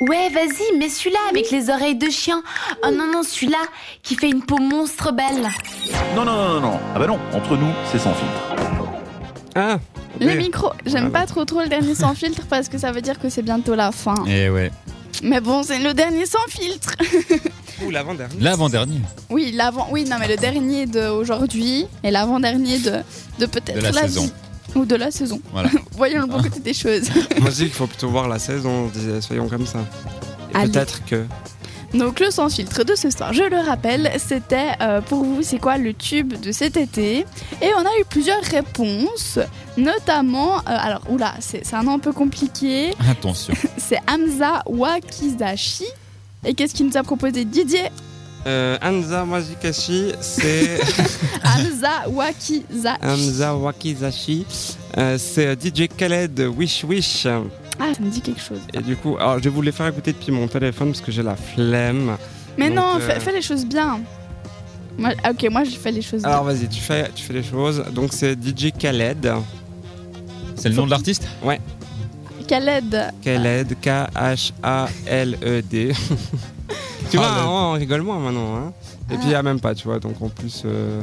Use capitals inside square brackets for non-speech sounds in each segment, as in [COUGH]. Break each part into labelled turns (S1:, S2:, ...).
S1: Ouais, vas-y, mets celui-là avec les oreilles de chien. Oh non, non, celui-là qui fait une peau monstre belle.
S2: Non, non, non, non, non. Ah bah non, entre nous, c'est sans filtre.
S3: Ah
S4: Les
S3: oui.
S4: micros, j'aime
S3: Voilà.
S4: pas trop trop le dernier sans filtre parce que ça veut dire que c'est bientôt la fin.
S5: Et Eh ouais.
S4: Mais bon, c'est le dernier sans filtre. [LAUGHS]
S3: Ou l'avant-dernier. [LAUGHS]
S5: L'avant-dernier.
S4: Oui, l'avant, oui, non mais le dernier de aujourd'hui et l'avant-dernier de, de peut-être
S5: De la
S4: vie.
S5: saison.
S4: Ou de la saison.
S5: Voilà.
S4: [LAUGHS]
S5: Ah.
S4: Voyons le bon côté des choses. [LAUGHS]
S3: Moi je dis qu'il faut plutôt voir la saison, dis- soyons comme ça. Et
S4: Allez.
S3: Peut-être que.
S4: Donc le sans filtre de ce soir, je le rappelle, c'était euh, pour vous c'est quoi le tube de cet été Et on a eu plusieurs réponses, notamment, euh, alors oula, c'est c'est un nom un peu compliqué, [LAUGHS]
S5: Attention.
S4: c'est Hamza Wakizashi. Et qu'est-ce qu'il nous a proposé Didier
S3: Euh, Anza Majikashi, [LAUGHS] c'est.
S4: Hamza Wakizashi.
S3: Hamza Wakizashi. Euh, c'est DJ Khaled de Wish Wish.
S4: Ah, ça me dit quelque chose.
S3: Et du coup, alors je vais vous les faire écouter depuis mon téléphone parce que j'ai la flemme.
S4: Mais
S3: Donc,
S4: non,
S3: euh,
S4: fais, fais les choses bien. Moi- ah, ok, moi je fais les choses
S3: Alors vas-y, tu fais, tu fais les choses. Donc c'est DJ Khaled.
S5: C'est le nom de l'artiste
S4: bien. Khaled,
S3: Khaled, K-H-A-L-E-D. E [LAUGHS] tu vois,
S5: Khaled.
S3: on on rigole moins maintenant. Hein. Et puis il n'y a même pas, tu vois, donc en plus. euh,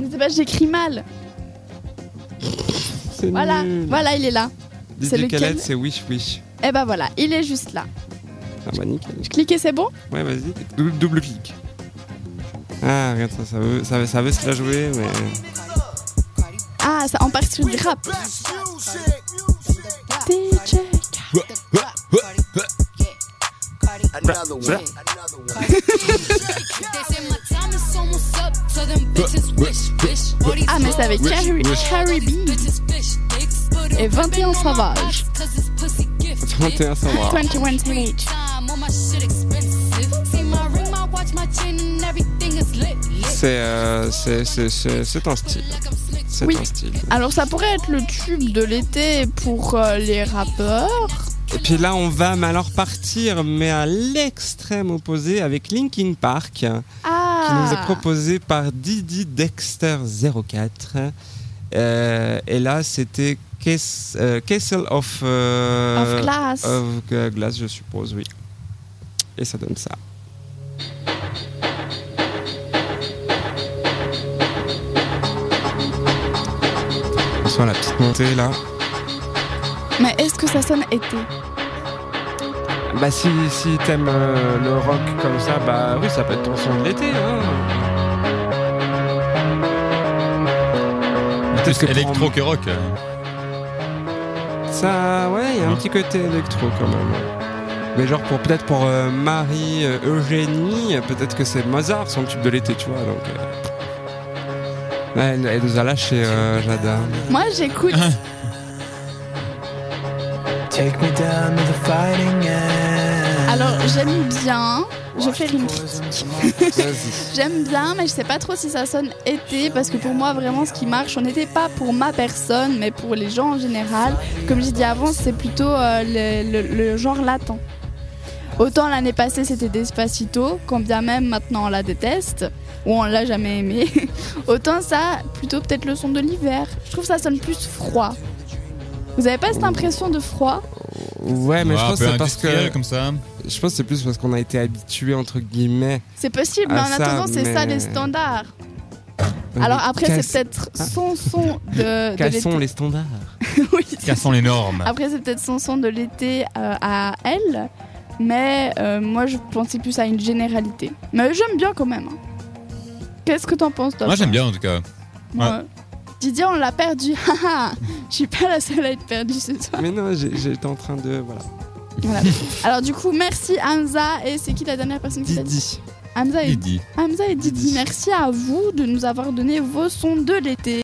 S4: je sais pas, j'écris mal.
S3: c'est
S4: Voilà,
S3: nul.
S4: voilà, il est là. c'est
S3: DJ
S4: lequel
S3: Khaled, c'est Wish Wish.
S4: Et bah voilà, il est juste là.
S3: Ah bah nickel.
S4: Je clique et c'est bon
S3: Ouais, vas-y. Dou- double clic. Ah, regarde ça, ça veut, ça veut, ça veut se la jouer, mais.
S4: Ah, ça, on part sur du rap. DJ.
S6: Ah mais c'est avec Carrie, Carrie B et 21 Savage.
S3: 21 ça va.
S4: 21 Savage.
S3: C'est, euh, c'est, c'est, c'est, c'est un style. C'est
S4: Oui.
S3: un style.
S4: Alors ça pourrait être le tube de l'été pour euh, les rappeurs.
S3: Et puis là, on va mais alors partir, mais à l'extrême opposé avec Linkin Park,
S4: Ah
S3: qui nous est proposé par Didi Dexter04. Euh, et là, c'était Kes- euh, Castle of, euh,
S4: Of classe.
S3: of Gla- Glass, je suppose, oui. Et ça donne ça. On sent la petite montée là.
S4: Mais est-ce que ça sonne été
S3: Bah si, si t'aimes euh, le rock comme ça, bah oui, ça peut être ton son de l'été. Hein. Peut-être
S5: Plus
S3: que pour-
S5: électro que rock.
S3: Ça, ouais, il y a un petit côté électro quand même. Mais genre pour peut-être pour euh, Marie euh, Eugénie, euh, peut-être que c'est Mozart son tube de l'été, tu vois. Donc, euh. Ouais, elle, elle nous a lâché euh, Jada.
S4: Moi j'écoute.
S7: Take me down to the fighting end.
S4: Alors j'aime bien. Je fais une critique.
S3: Vas-y.
S4: J'aime bien, mais je sais pas trop si ça sonne été, parce que pour moi, vraiment, ce qui marche, on n'était pas pour ma personne, mais pour les gens en général. Comme j'ai dit avant, c'est plutôt euh, le, le- le genre latin. Autant l'année passée, c'était Despacito, quand bien même maintenant on la déteste, ou on l'a jamais aimé. [LAUGHS] Autant ça, plutôt peut-être le son de l'hiver. Je trouve que ça sonne plus froid. Vous avez pas cette impression de froid
S3: Ouais, mais je pense que c'est parce que
S5: comme ça.
S3: je pense que c'est plus parce qu'on a été habitué entre guillemets.
S4: C'est possible,
S3: Ah,
S4: mais en
S3: ça,
S4: attendant, c'est ça
S3: mais-
S4: les standards.
S3: euh,
S4: Alors après,
S3: quels-
S4: c'est peut-être son son
S3: [LAUGHS]
S4: de, de
S3: Quels
S4: l'été.
S3: sont les standards
S4: [LAUGHS] Oui, c'est
S5: Cassons les normes.
S4: Après, c'est peut-être son son de l'été euh, à elle, mais euh, moi je pensais plus à une généralité. Mais j'aime bien quand même. hein. Qu'est-ce que t'en penses, toi
S5: Moi j'aime bien en tout cas.
S4: Moi, Didier, on l'a perdu. [LAUGHS] Haha, Je suis pas la seule à être perdue ce soir.
S3: Mais non, j'ai- j'étais en train de. Voilà.
S4: Voilà. Alors, du coup, merci Hamza. Et c'est qui la dernière personne qui t'a dit
S3: Didi.
S4: Hamza et,
S5: Il dit.
S4: Hamza et Didi,
S3: Didi.
S4: merci à vous de nous avoir donné vos sons de l'été.